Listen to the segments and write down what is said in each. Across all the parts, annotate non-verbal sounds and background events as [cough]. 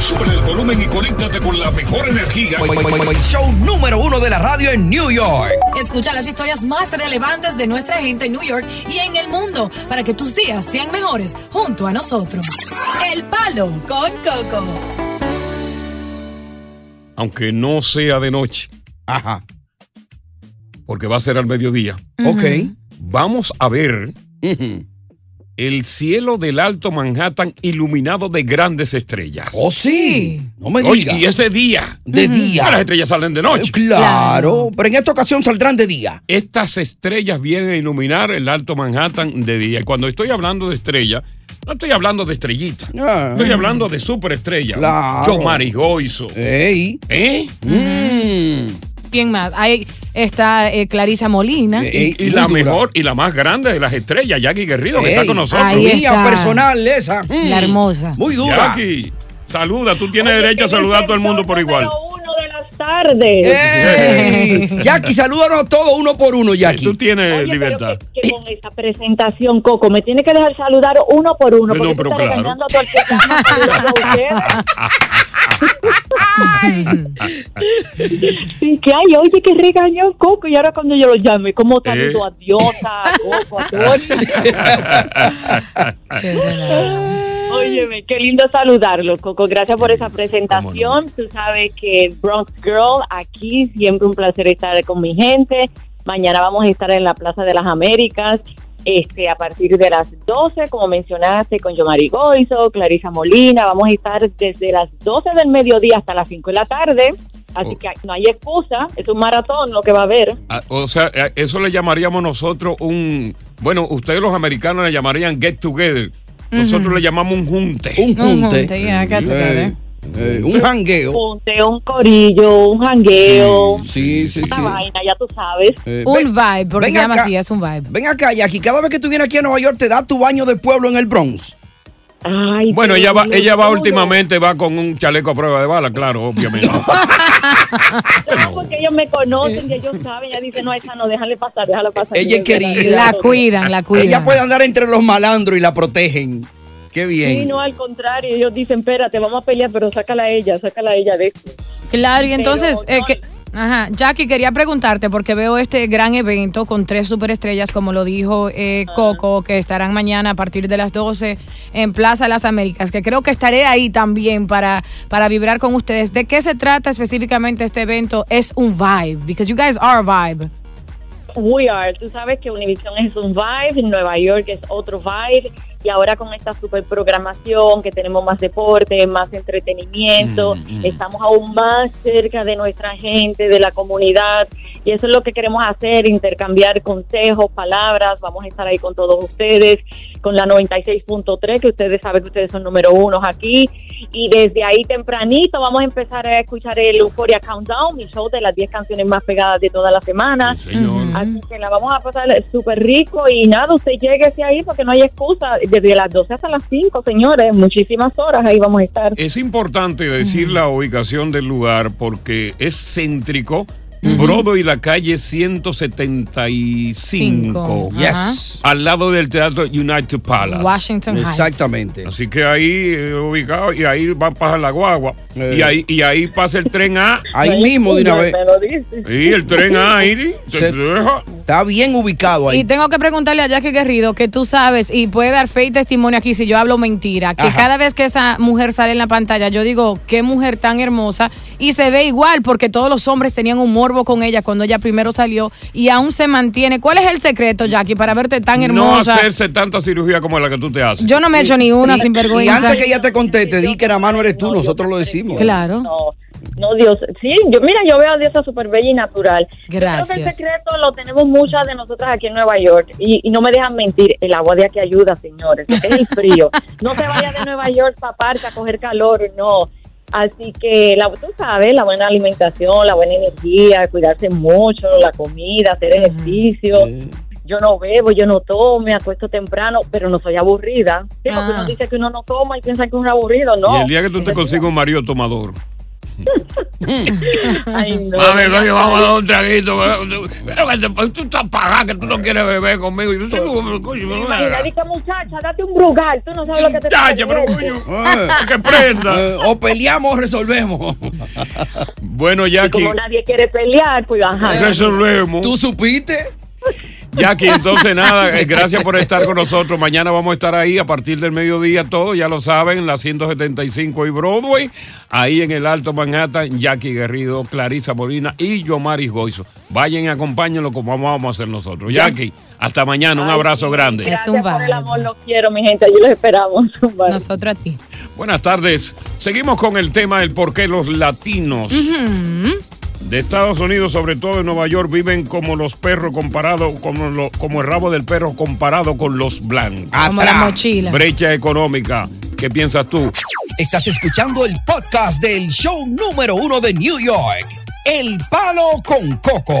Sube el volumen y conéctate con la mejor energía. Show número uno de la radio en New York. Escucha las historias más relevantes de nuestra gente en New York y en el mundo para que tus días sean mejores junto a nosotros. El Palo con Coco. Aunque no sea de noche. Ajá. Porque va a ser al mediodía. Ok. Vamos a ver el cielo del Alto Manhattan iluminado de grandes estrellas. Oh, sí. No me Oye, digas. y es de día. De Ah, Las día. estrellas salen de Eh, noche. Claro. Pero en esta ocasión saldrán de día. Estas estrellas vienen a iluminar el Alto Manhattan de día. Y Cuando estoy hablando de estrella, no estoy hablando de estrellita. Ah. Estoy hablando de superestrella. Claro. Yo Marigoiso. Ey. ¿Eh? Mm. ¿Quién más? Ahí está eh, Clarisa Molina. Eh, Ey, Y, y la muy dura. mejor y la más grande de las estrellas, Jackie Guerrido, que está Ey. con nosotros. Ahí es. Mía está. personal esa. Mm. La hermosa. Muy dura. Jackie, saluda, tú tienes derecho a saludar a todo el mundo por igual. uno de las tardes. Eh. Ey. Jackie, salúdanos todos uno por uno, Jackie. Eh, Tú tienes Oye, pero libertad. Que, que con esa presentación, Coco, me tiene que dejar saludar uno por uno. porque No, pero tú estás claro. regañando a todo el que está más saludando a ustedes. Sí, que ay, oye, que regañó Coco. Y ahora cuando yo lo llame, ¿cómo saludo Eh. a Dios, [laughs] a Coco, a Qué relajado. Oye, qué lindo saludarlo, Coco. Gracias por esa Sí, presentación. Tú sabes que Bronx Girl, aquí siempre un placer estar con mi gente. Mañana vamos a estar en la Plaza de las Américas este, a partir de las 12, como mencionaste, con Yomari Goizo, Clarisa Molina. Vamos a estar desde las 12 del mediodía hasta las 5 de la tarde. Así Oh. que no hay excusa, es un maratón lo que va a haber. Ah, O sea, eh, eso le llamaríamos nosotros un. Bueno, ustedes los americanos le llamarían get together. Nosotros le llamamos un junte. Un Un junte. junte, yeah, I got you, Ey. Ey, Un jangueo. Ponte un corillo, un jangueo, Sí, sí, una sí. vaina, ya tú sabes. Eh, Un ven- vibe, porque ven se llama acá. así, es un vibe. Ven acá, Jackie. Cada vez que tú vienes aquí a Nueva York, te da tu baño de pueblo en el Bronx. Ay, Bueno, pero ella va, Dios ella va mío. últimamente, va con un chaleco a prueba de bala, claro, [laughs] obviamente. No, porque ellos me conocen, y ellos saben, ya dicen, no, esa no, déjale pasar, déjala pasar. Ella es Yo, ¿verdad? querida. La cuidan, la cuidan. Ella puede andar entre los malandros y la protegen. Qué Sí, bien. no, al contrario, ellos dicen, espérate, vamos a pelear, pero sácala a ella, sácala a ella de esto. Claro, y entonces, Pero eh, no- que- ajá, Jackie, quería preguntarte, porque veo este gran evento con tres superestrellas, como lo dijo eh, Coco, que estarán mañana a partir de las 12 en Plaza Las Américas, que creo que estaré ahí también para, para vibrar con ustedes. ¿De qué se trata específicamente este evento? Es un vibe, because you guys are vibe. We are, tú sabes que Univision es un vibe, Nueva York es otro vibe, y ahora con esta super programación que tenemos más deporte, más entretenimiento, Mm, mm. estamos aún más cerca de nuestra gente, de la comunidad, y eso es lo que queremos hacer, intercambiar consejos, palabras, vamos a estar ahí con todos ustedes, con la 96.3, que ustedes saben que ustedes son número uno aquí, y desde ahí tempranito vamos a empezar a escuchar el Euphoria Countdown, mi show de las 10 canciones más pegadas de toda la semana. Sí, señor. Ujú. Así que la vamos a pasar súper rico y nada, usted lléguese ahí porque no hay excusa. Desde las 12 hasta las 5, señores, muchísimas horas ahí vamos a estar. Es importante decir la ubicación del lugar porque es céntrico, Brodo y la calle 175. Cinco, ajá. Al lado del Teatro United Palace. Washington Heights. Exactamente. Así que ahí eh, ubicado y ahí va a pasar la guagua. Eh. Y, ahí, y ahí pasa el tren A. Ahí mismo de una vez. Y el tren A, ahí. Se- Está bien ubicado Y ahí. tengo que preguntarle a Jackie Guerrido que tú sabes y puede dar fe y testimonio aquí si yo hablo mentira, que Ajá. cada vez que esa mujer sale en la pantalla yo digo, qué mujer tan hermosa y se ve igual porque todos los hombres tenían un morbo con ella cuando ella primero salió y aún se mantiene. ¿Cuál es el secreto, Jackie, para verte tan No hermosa? hacerse tanta cirugía como la que tú te haces. Yo no me he hecho ni una sin Y vergüenza. antes que ella te conteste, di que la mano eres tú, nosotros lo decimos. Claro. No, Dios, sí, yo mira, yo veo a Diosa súper bella y natural. Yo Creo que el Gracias. secreto lo tenemos muchas de nosotras aquí en Nueva York y, y no me dejan mentir, el agua de aquí ayuda, señores, es el [laughs] frío. No te vayas de Nueva York para parte a coger calor, no. Así que la, tú sabes, la buena alimentación, la buena energía, cuidarse mucho, la comida, hacer ejercicio. Yo no bebo, yo no tomo, me acuesto temprano, pero no soy aburrida. Sí, porque Ah. uno dice que uno no toma y piensa que uno es aburrido, no. Y el día que tú te consigas un marido tomador. [laughs] Ay, no. Mami, coño, vamos a dar un traguito. Pero que te- pues, tú estás pagada, que tú no quieres beber conmigo. Yo soy coño, me lo voy a Imagina, dar. dice muchacha, date un brugal, tú no sabes lo que te Muchacha, pero coño, [laughs] que prenda. Eh, o peleamos o resolvemos. Bueno, [laughs] Jackie, Como nadie quiere pelear, pues ajá. resolvemos. ¿Tú supiste? Jackie, entonces nada, eh, gracias por estar con nosotros. Mañana vamos a estar ahí a partir del mediodía, todo, ya lo saben, en la 175 y Broadway, ahí en el Alto Manhattan, Jackie Guerrido, Clarisa Molina y Yomaris Goizo. Vayan y acompáñenlo como vamos a hacer nosotros. Jackie, hasta mañana, un abrazo grande. Es Gracias un por el amor, vago. los quiero, mi gente, allí los esperamos. [laughs] Un bye. Nosotros a ti. Buenas tardes. Seguimos con el tema del por qué los latinos de Estados Unidos, sobre todo en Nueva York, viven como los perros comparado, como, lo- como el rabo del perro comparado con los blancos. Como la mochila. Brecha económica. ¿Qué piensas tú? Estás escuchando el podcast del show número uno de New York, El Palo con Coco.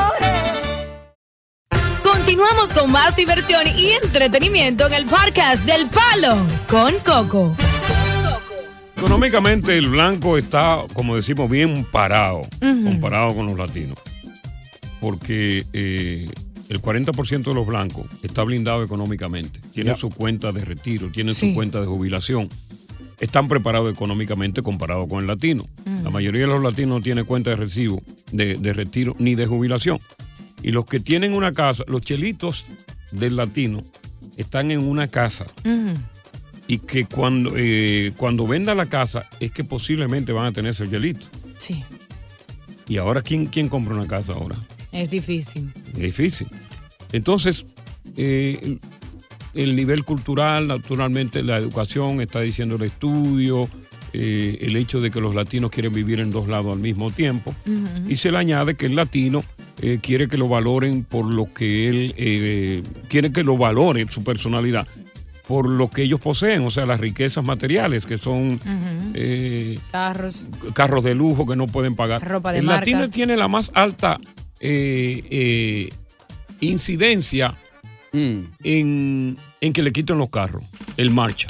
Continuamos con más diversión y entretenimiento en el podcast del Palo con Coco. Económicamente el blanco está, como decimos, bien parado comparado con los latinos. Porque eh, el 40% de los blancos está blindado económicamente. Tienen Ya. su cuenta de retiro, tienen Sí. su cuenta de jubilación. Están preparados económicamente comparado con el latino. La mayoría de los latinos no tiene cuenta de recibo, de, de retiro ni de jubilación. Y los que tienen una casa, los chelitos del latino, están en una casa Ujú. y que cuando, eh, cuando venda la casa es que posiblemente van a tener ese hielito. Sí, Y ahora, ¿quién, quién compra una casa ahora? es difícil. Es difícil. Entonces, eh, el nivel cultural, naturalmente, la educación, está diciendo el estudio, eh, el hecho de que los latinos quieren vivir en dos lados al mismo tiempo. Y se le añade que el latino eh, quiere que lo valoren por lo que él, eh, quiere que lo valore su personalidad, por lo que ellos poseen, o sea, las riquezas materiales, que son eh, Carros. carros de lujo que no pueden pagar. Ropa de el marca. latino tiene la más alta eh, eh, incidencia Mm. en, en que le quiten los carros, el marcha.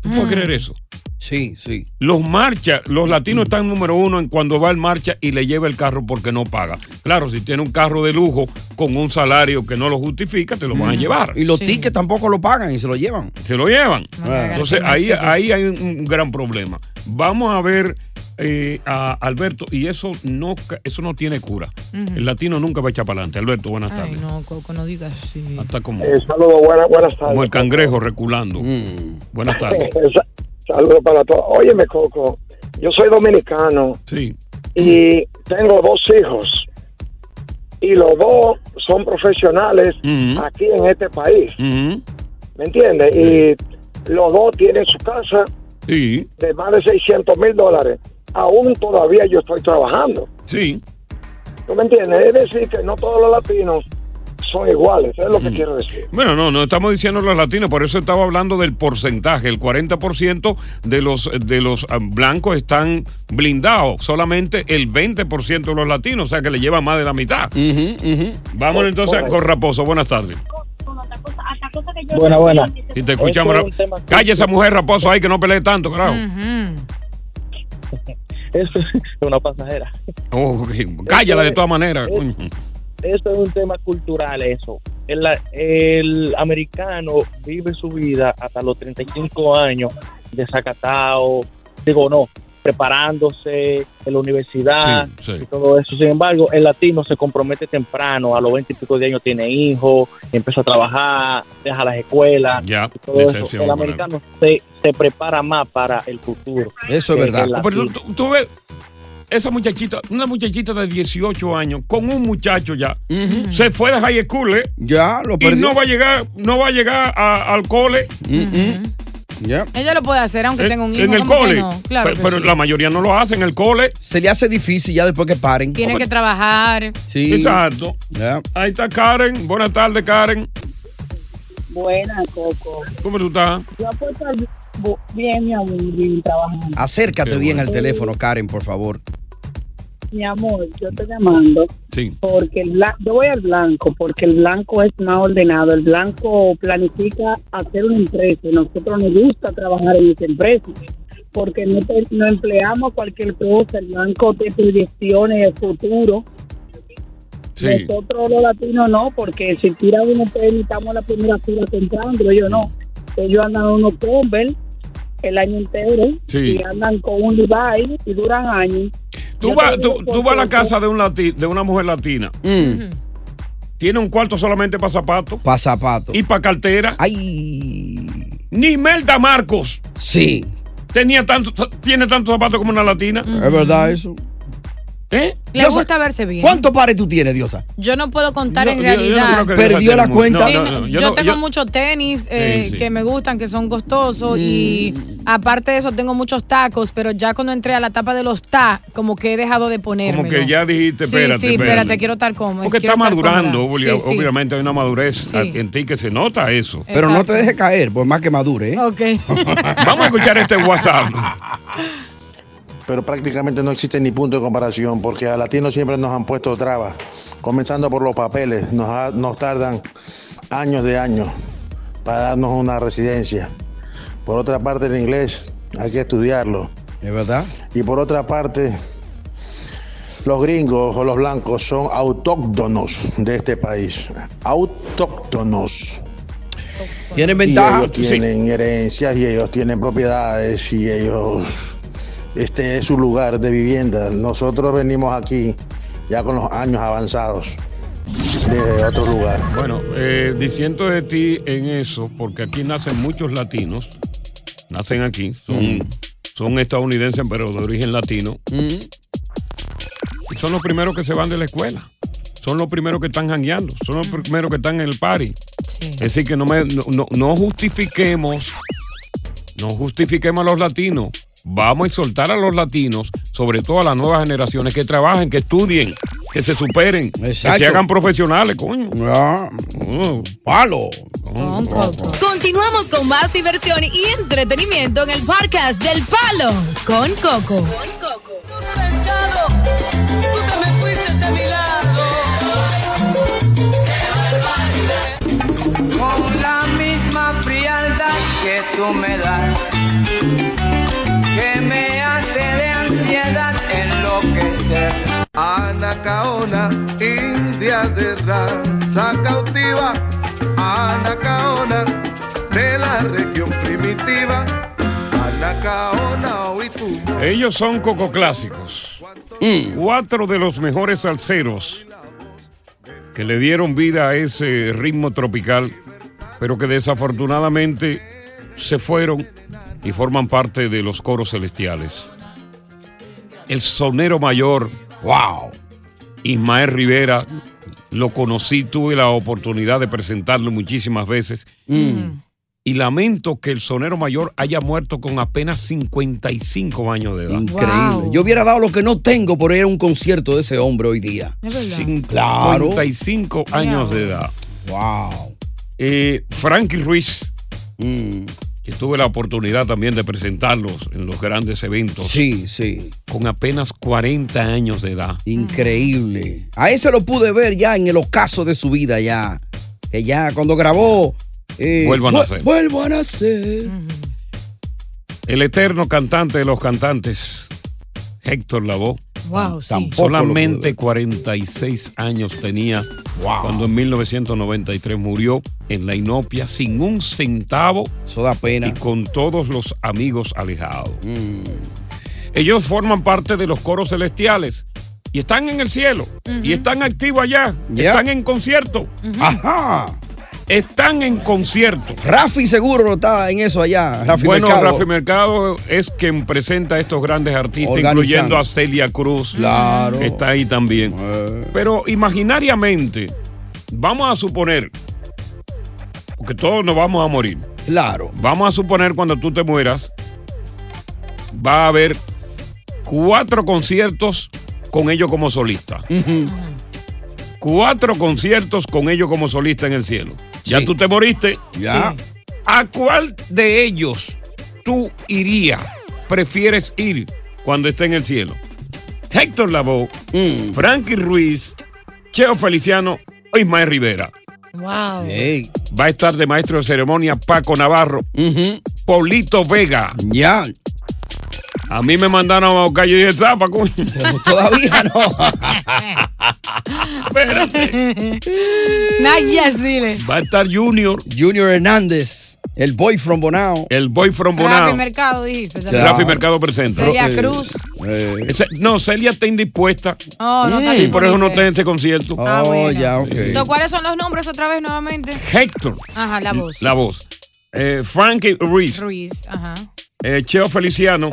¿Tú Mm. puedes creer eso? Sí, sí. Los marcha, los latinos están número uno en cuando va el marcha y le lleva el carro porque no paga. Claro, si tiene un carro de lujo con un salario que no lo justifica, te lo van a Mm. llevar. Y los Mm. Sí. tickets tampoco lo pagan y se lo llevan. Se lo llevan. Van a pagar Entonces con ahí, nosotros. ahí hay un, un gran problema. Vamos a ver eh, a Alberto, y eso no, ca- eso no tiene cura. Ujú. El latino nunca va a echar para adelante. Alberto, buenas Ay, tardes. no, Coco, no digas sí. Está como, Eh, saludos, buenas, buenas tardes. Mm. como el cangrejo reculando. [laughs] Buenas tardes. Sa- saludos para todos. Óyeme, Coco, yo soy dominicano. Sí. Y tengo dos hijos. Y los dos son profesionales Mm. aquí en este país. ¿Me entiendes? Y los dos tienen su casa Sí, de más de 600 mil dólares. Aún todavía yo estoy trabajando. sí. ¿Tú me entiendes? Es decir, que no todos los latinos son iguales. Eso es Mm. lo que quiero decir. Bueno, no, no estamos diciendo los latinos, por eso estaba hablando del porcentaje. El 40% de los, de los ah, blancos están blindados, solamente el 20% de los latinos, o sea que le lleva más de la mitad. Vamos Cor- entonces correcto. con Raposo, buenas tardes. Buena, buena. Y te escuchamos. Esto es Ra- un tema Calle esa mujer, Raposo, ahí que no pelee tanto, carajo. [laughs] Esto es una pasajera. Oh, ok. cállala de todas maneras. Eh, coño. Esto es un tema cultural, eso. El, el americano vive su vida hasta los 35 años desacatado, digo, no, preparándose en la universidad Sí, sí. y todo eso. Sin embargo, el latino se compromete temprano, a los 20 y pico de años tiene hijos, empieza a trabajar, deja las escuelas. Ya, y todo eso. decepción, El bueno. americano se, se prepara más para el futuro. Eso que el Oh, pero latino. tú, tú ves, esa muchachita, una muchachita de 18 años, con un muchacho ya, se fue de high school, ¿eh? Ya, lo Y perdió. no va a llegar, no va a llegar a- al cole. Ya. Ella lo puede hacer aunque En- tenga un hijo. Eh, en el ¿cómo que cole. no? Claro. Pe- que pero sí. la mayoría no lo hace en el cole. Se le hace difícil ya después que paren. Tiene que trabajar. Sí. Exacto. Ahí está Karen. Buenas tardes, Karen. Buena, Coco. ¿Cómo tú estás? Yo aporto bien, mi amor, bien trabajando. Acércate Qué bien bueno. al teléfono, Karen, por favor. Eh, Mi amor, yo te llamando Sí. porque el bla- yo voy al blanco, porque el blanco es más ordenado. El blanco planifica hacer una empresa y nosotros nos gusta trabajar en esa empresa porque no, te- no empleamos cualquier cosa. El blanco te proyecciones el futuro. [laughs] Nosotros los latinos no, porque si tiran uno tenis, estamos en la primera fila comprando, ellos no. Ellos andan unos Converse el año entero Sí. y andan con un Levi y duran años. Tú Yo vas, te tú, digo tú vas a la casa de, un lati- de una mujer latina. Mm. Tiene un cuarto solamente para zapatos. Para zapatos. Y para cartera. Ay. Nimelda Marcos. Sí. Tenía tanto, tiene tantos zapatos como una latina. Es verdad eso. ¿Eh? Le Diosa, gusta verse bien. ¿Cuántos pares tú tienes, Diosa? Yo no puedo contar en Yo- yo- yo no realidad. creo que Perdió Diosa la tiene mu- cuenta. Sí, no, no, no, yo, yo no- tengo yo- muchos tenis eh, Sí, sí. que me gustan, que son costosos y aparte de eso tengo muchos tacos, pero ya cuando entré a la etapa de los ta, como que he dejado de ponerme. Como que ya dijiste, espérate. sí, sí, espérate, quiero estar cómodo. Porque quiero está estar madurando, cómoda. obvia- Sí, sí. obviamente hay una madurez en ti que se nota eso. Pero no te dejes caer, por más que madure, ¿eh? Ok. [laughs] Vamos a escuchar este [laughs] WhatsApp. pero prácticamente no existe ni punto de comparación porque a latinos siempre nos han puesto trabas, comenzando por los papeles, nos, ha- nos tardan años de años para darnos una residencia. Por otra parte, el inglés hay que estudiarlo. ¿Es verdad? Y por otra parte, los gringos o los blancos son autóctonos de este país. Autóctonos. Tienen Y ventaja. ellos tienen herencias y ellos tienen propiedades y ellos. Este es su lugar de vivienda. Nosotros venimos aquí ya con los años avanzados de otro lugar. Bueno, eh, diciendo de ti en eso, porque aquí nacen muchos latinos, nacen aquí, son, son estadounidenses, pero de origen latino, y son los primeros que se van de la escuela, son los primeros que están jangueando, son los primeros que están en el party. Es decir, que no, me, no, no- no justifiquemos, no justifiquemos a los latinos. Vamos a exhortar a los latinos, sobre todo a las nuevas generaciones, que trabajen, que estudien, que se superen, que se Exacto. Ah. hagan profesionales, coño. Oh. Palo. Continuamos con más diversión y entretenimiento en el podcast del Palo con Coco. Con la misma frialdad que tú me das, que me hace de ansiedad enloquecer. Anacaona, india de raza cautiva, Anacaona, de la región primitiva, Anacaona, hoy tu voz. Ellos son Coco Clásicos. Cuatro de los mejores salseros que le dieron vida a ese ritmo tropical, pero que desafortunadamente se fueron y forman parte de los coros celestiales. El sonero mayor, wow, Ismael Rivera, lo conocí, tuve la oportunidad de presentarlo muchísimas veces. Mm, Y lamento que el sonero mayor haya muerto con apenas 55 años de edad. Increíble. Yo hubiera dado lo que no tengo por ir a un concierto de ese hombre hoy día. Cin- Claro. 55 años de edad. Wow. Mm. Frankie Ruiz, que tuve la oportunidad también de presentarlos en los grandes eventos. Sí, sí. Con apenas 40 años de edad. Increíble. A ese lo pude ver ya en el ocaso de su vida, ya. Que ya cuando grabó. eh, Vuelvo a vu- nacer. Vuelvo a nacer. El eterno cantante de los cantantes, Héctor Lavoe. Wow, sí. Solamente 46 años tenía cuando en 1993 murió en la inopia sin un centavo. Eso da pena. Mm. Y con todos los amigos alejados. Ellos forman parte de los coros celestiales y están en el cielo y están activos allá. Están en concierto. Ajá. Están en concierto. Rafi seguro está en eso allá. Rafi bueno, Mercado. Rafi Mercado es quien presenta a estos grandes artistas, Organizando. incluyendo a Celia Cruz, que está ahí también. Eh. Pero imaginariamente, vamos a suponer, porque todos nos vamos a morir. Claro. Vamos a suponer cuando tú te mueras, va a haber cuatro conciertos con ellos como solista. Cuatro conciertos con ellos como solista en el cielo. Ya tú te moriste. Ya. ¿A cuál de ellos tú irías, prefieres ir cuando esté en el cielo? Héctor Lavoe, Frankie Ruiz, Cheo Feliciano o Ismael Rivera. Wow. Va a estar de maestro de ceremonia Paco Navarro, Polito Vega. Ya. A mí me mandaron a buscar, yo dije, zapa, coño. Todavía [laughs] no. Espérate. Naya Sile. Va a estar Junior. Junior Hernández. El boy from Bonao. El boy from Rafi Bonao. Mercado, dijiste. también. Rafi Mercado presenta. Celia Cruz. Ese- no, Celia está indispuesta. Oh, no está y por eso no disponible. está en este concierto. Ah, bueno. Oh, ya, ok. So, ¿Cuáles son los nombres otra vez nuevamente? Héctor, Ajá, la voz. la voz. Eh, Frankie Ruiz. Ruiz, ajá. eh, Cheo Feliciano.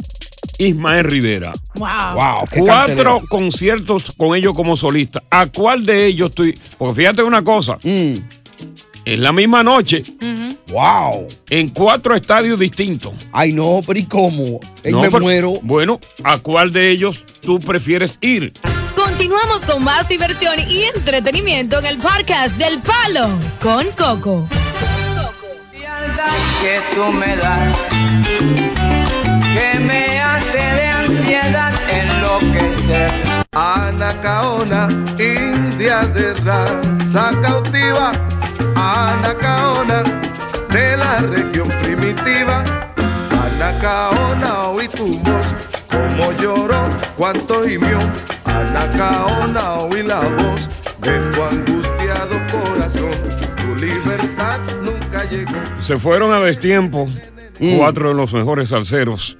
Ismael Rivera. Wow. qué Cuatro cartelera. conciertos con ellos como solista. ¿A cuál de ellos estoy? Porque fíjate una cosa. Mm. En la misma noche. Wow. En cuatro estadios distintos. Ay, no, pero ¿y cómo? Ey, No, me pero- muero. Bueno, ¿a cuál de ellos tú prefieres ir? Continuamos con más diversión y entretenimiento en el podcast del Palo con Coco. que tú me das, que me hace de ansiedad enloquecer. Anacaona, india de raza cautiva, Anacaona, de la región primitiva, Anacaona, oí tu voz, como lloró, cuánto gimió, Anacaona, oí la voz de tu angustiado corazón, tu libertad nunca llegó. Se fueron a destiempo cuatro de los mejores salseros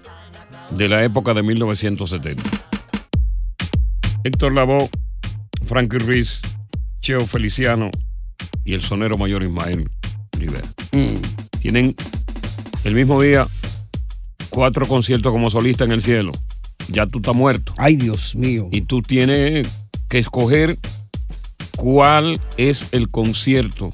de la época de 1970. Héctor Lavoe, Frankie Ruiz, Cheo Feliciano y el sonero mayor Ismael Rivera. Tienen el mismo día cuatro conciertos como solista en el cielo. Ya tú estás muerto. Ay, Dios mío. Y tú tienes que escoger cuál es el concierto.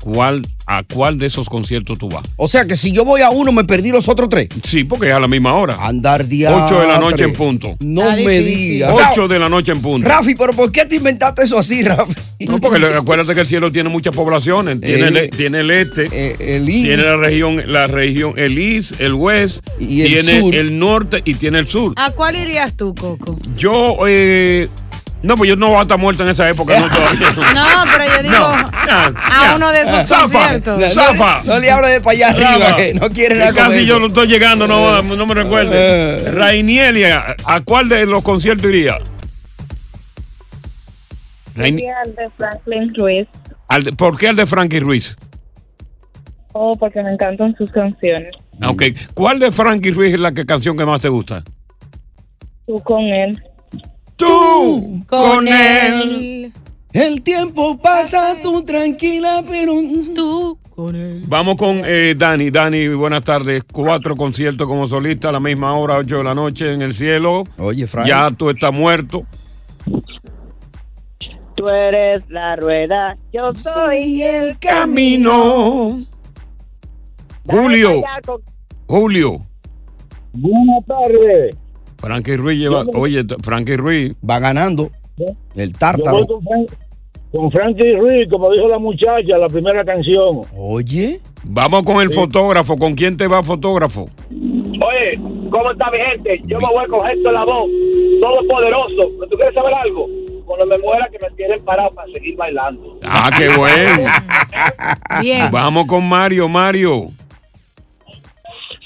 Cuál, a cuál de esos conciertos tú vas. O sea que si yo voy a uno, me perdí los otros tres. Sí, porque es a la misma hora. Andar día. 8 de la noche en punto. No Está me difícil. digas. 8 de la noche en punto. Rafi, pero ¿por qué te inventaste eso así, Rafi? No, porque le- acuérdate que el cielo tiene muchas poblaciones. Tiene, el, tiene el este, e, tiene la región, la región, el east, el west, el tiene sur. el norte y tiene el sur. ¿A cuál irías tú, Coco? Yo, eh, no, pues yo no voy a estar muerto en esa época, no todavía. [laughs] No, pero yo digo a uno de [laughs] esos Zafa, conciertos. Zafa. No le hablo de para allá Zafa. arriba, que no quiere nada Que Casi con eso. Eh, yo no estoy llegando, no, no me recuerde. Rainielia, ¿a cuál de los conciertos iría? Rain- Sería el de Franklin Ruiz. al de- ¿Por qué al de Frankie Ruiz? Oh, porque me encantan sus canciones. Ah, Ok, ¿cuál de Frankie Ruiz es la que, canción que más te gusta? Tú con él. Tú con él. El tiempo pasa, tú tranquila, pero tú. Vamos con eh, Dani. Dani, buenas tardes. Cuatro conciertos como solista a la misma hora, 8 de la noche en el cielo. Oye, Frank. Ya tú estás muerto. Tú eres la rueda, yo soy el camino. Julio, Julio. Buenas tardes. Frankie Ruiz lleva. Oye, t- Frankie Ruiz. Va ganando. ¿Eh? El Yo voy con, Fran- con Frankie Ruiz, como dijo la muchacha, la primera canción. Oye. Vamos con el Sí. fotógrafo. ¿Con quién te va fotógrafo? Oye, ¿cómo está mi gente? Yo me voy con Héctor Lavoe, todopoderoso. ¿Pero ¿Tú quieres saber algo? Cuando me muera, que me tienen parado para seguir bailando. Ah, qué [laughs] bueno. Ah. Bien. Vamos con Mario, Mario.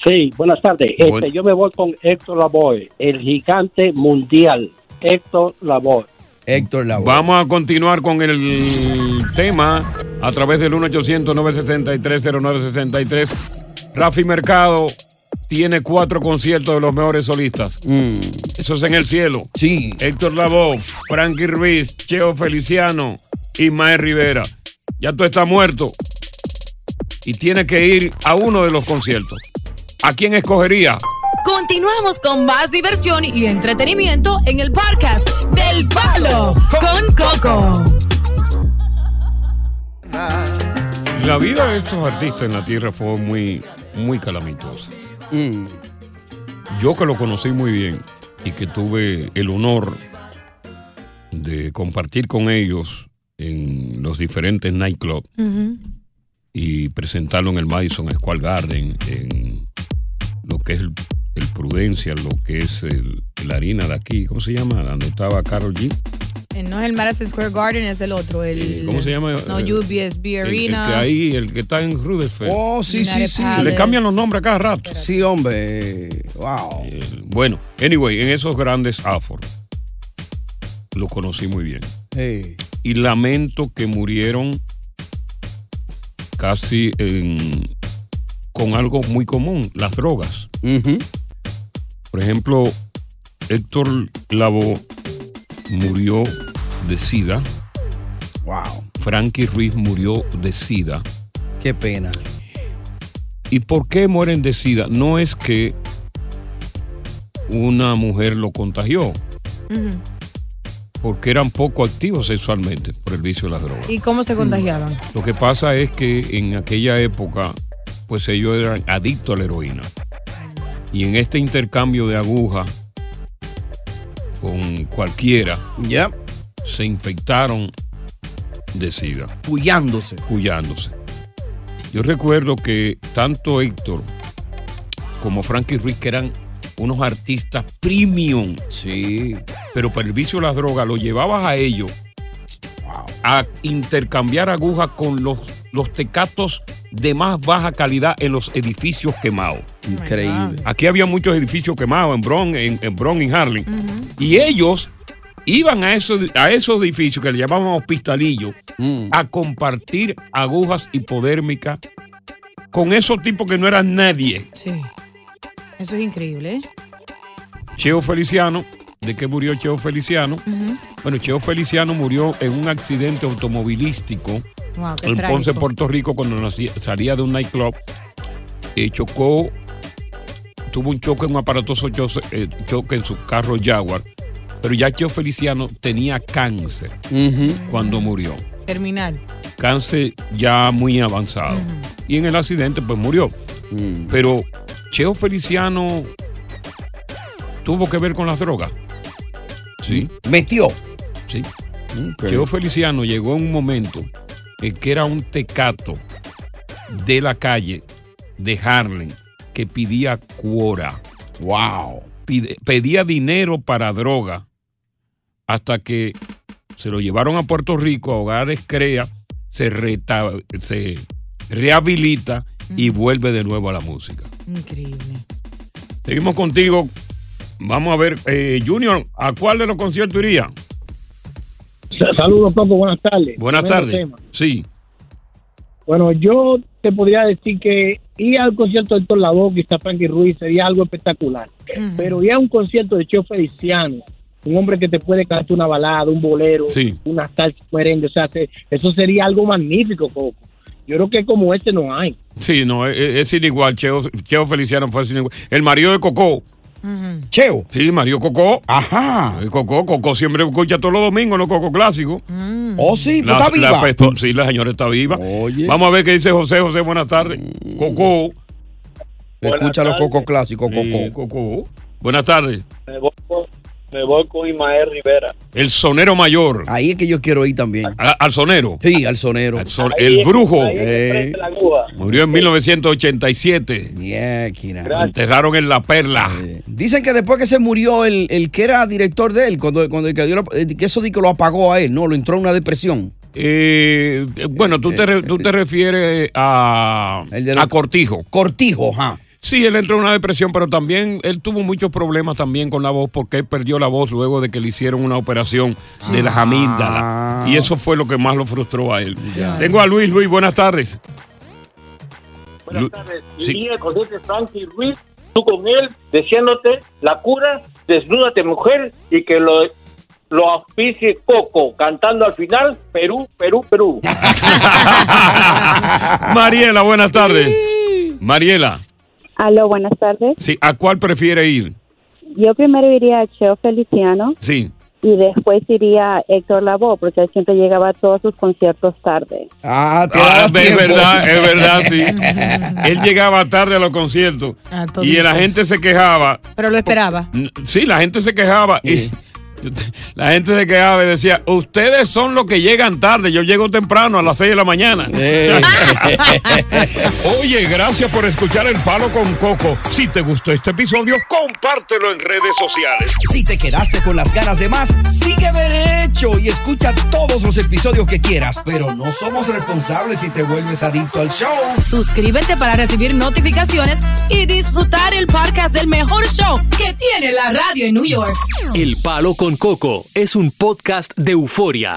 Sí, buenas tardes. Este, Buen- Yo me voy con Héctor Lavoe, el gigante mundial. Héctor Lavoe. Héctor Lavoe. Vamos a continuar con el tema a través del 1-800-963-0963. Rafi Mercado tiene cuatro conciertos de los mejores solistas. Eso es en el cielo. Sí. Héctor Lavoe, Frankie Ruiz, Cheo Feliciano, Ismael Rivera. Ya tú estás muerto y tienes que ir a uno de los conciertos. ¿A quién escogerías? Continuamos con más diversión y entretenimiento en el podcast del Palo con Coco. La vida de estos artistas en la tierra fue muy, muy calamitosa. Mm, Yo que lo conocí muy bien y que tuve el honor de compartir con ellos en los diferentes nightclubs y presentarlo en el Madison Square Garden, en lo que es el, el Prudencia, lo que es el, la harina de aquí, ¿cómo se llama? Donde estaba Carol G. Eh, No es el Madison Square Garden, es el otro. El, ¿Cómo se llama? No, Eh, UBSB El, el que Arena. ahí, el que está en Rutherford. Oh, sí, sí, sí. Le cambian los nombres a cada rato. Sí, hombre. Wow. Bueno, anyway, en esos grandes aforos lo conocí muy bien. Hey. Y lamento que murieron casi en- con algo muy común, las drogas. Por ejemplo, Héctor Lavoe murió de SIDA. Wow. Frankie Ruiz murió de SIDA. Qué pena. ¿Y por qué mueren de SIDA? No es que una mujer lo contagió, porque eran poco activos sexualmente por el vicio de las drogas. ¿Y cómo se contagiaban? Lo que pasa es que en aquella época, pues ellos eran adictos a la heroína. Y en este intercambio de aguja con cualquiera, se infectaron de sida. Cuyándose. Cuyándose. Yo recuerdo que tanto Héctor como Frankie Ruiz, que eran unos artistas premium. Sí. Pero para el vicio de las drogas lo llevabas a ellos a intercambiar agujas con los, los tecatos de más baja calidad en los edificios quemados. Increíble. Aquí había muchos edificios quemados en Bronx, en, en Bronx y Harlem. Y ellos iban a esos, a esos edificios que le llamábamos hospitalillos a compartir agujas hipodérmicas con esos tipos que no eran nadie. Sí. Eso es increíble. ¿eh? Cheo Feliciano, ¿de qué murió Cheo Feliciano? Bueno, Cheo Feliciano murió en un accidente automovilístico Wow, qué en trágico. Ponce, Puerto Rico, cuando nacía- salía de un nightclub. eh, chocó, tuvo un choque, un aparatoso cho- eh, choque en su carro Jaguar. Pero ya Cheo Feliciano tenía cáncer cuando murió. Terminal. Cáncer ya muy avanzado. Y en el accidente, pues murió. Pero Cheo Feliciano tuvo que ver con las drogas. Sí. Metió. Sí. Cheo Feliciano llegó en un momento en que era un tecato de la calle de Harlem que pedía cuora. Wow. pedía dinero para droga hasta que se lo llevaron a Puerto Rico, a Hogares Crea, se, reta- se rehabilita y vuelve de nuevo a la música. Increíble. Seguimos contigo. Vamos a ver, eh, Junior, ¿a cuál de los conciertos iría? Sa- Saludos, Paco. Buenas tardes. Buenas Tremendo tardes. tema. Sí. Bueno, yo te podría decir que ir al concierto de Héctor Lavoe, quizás Frankie Ruiz, sería algo espectacular. Pero ir a un concierto de Cheo Feliciano, un hombre que te puede cantar una balada, un bolero, Sí. una salsa, un merengue, o sea, te- eso sería algo magnífico, Coco. Yo creo que como este no hay. Sí, no, es, es sin igual. Cheo, Cheo Feliciano fue sin igual. El marido de Cocó. Cheo. Sí, Mario Cocó. Ajá. Cocó, Cocó siempre escucha todos los domingos, ¿no? Cocó clásico. Oh, sí, pues La- está la viva. pesto- sí, la señora está viva. Vamos a ver qué dice José. José, buenas tardes. Cocó. Mm. Escucha los cocos clásicos, Coco. Cocó. Buenas tardes. Me voy con, me voy con Ismael Rivera. El sonero mayor. Ahí es que yo quiero ir también. al sonero. Sí, al sonero. el brujo. Eh, Murió en 1987. Lo enterraron en La Perla. Dicen que después que se murió el, el que era director de él, cuando, cuando el que, dio la- eh, que eso di que lo apagó a él, no, lo entró en una depresión. Eh, eh, bueno, tú te, re- tú te refieres a, a Cortijo. Cortijo, ajá. Sí, él entró en una depresión, pero también él tuvo muchos problemas también con la voz porque él perdió la voz luego de que le hicieron una operación de las Ah. amígdalas. Y eso fue lo que más lo frustró a él. Tengo a Luis. Luis, buenas tardes. Lu- Sí. Y el concierto de Frankie Ruiz, tú con él, diciéndote la cura, desnúdate mujer y que lo, lo auspicie Coco, cantando al final Perú, Perú, Perú. Mariela, buenas tardes. Mariela, Aló, buenas tardes. sí, ¿a cuál prefiere ir? Yo primero iría a Cheo Feliciano Sí. y después iría a Héctor Lavoe, porque él siempre llegaba a todos sus conciertos tarde. Ah, te da es verdad, es verdad, [laughs] sí. Él llegaba tarde a los conciertos A y toditos. la gente se quejaba. Ah, Pero lo esperaba. N- Sí, la gente se quejaba. Y [laughs] la gente se quejaba y decía, ustedes son los que llegan tarde, yo llego temprano a las 6 de la mañana. [laughs] Oye, gracias por escuchar El Palo con Coco. Si te gustó este episodio, compártelo en redes sociales. Si te quedaste con las ganas de más, sigue derecho y escucha todos los episodios que quieras. Pero no somos responsables si te vuelves adicto al show. Suscríbete para recibir notificaciones y disfrutar el podcast del mejor show que tiene la radio en New York. El Palo con Coco es un podcast de euforia.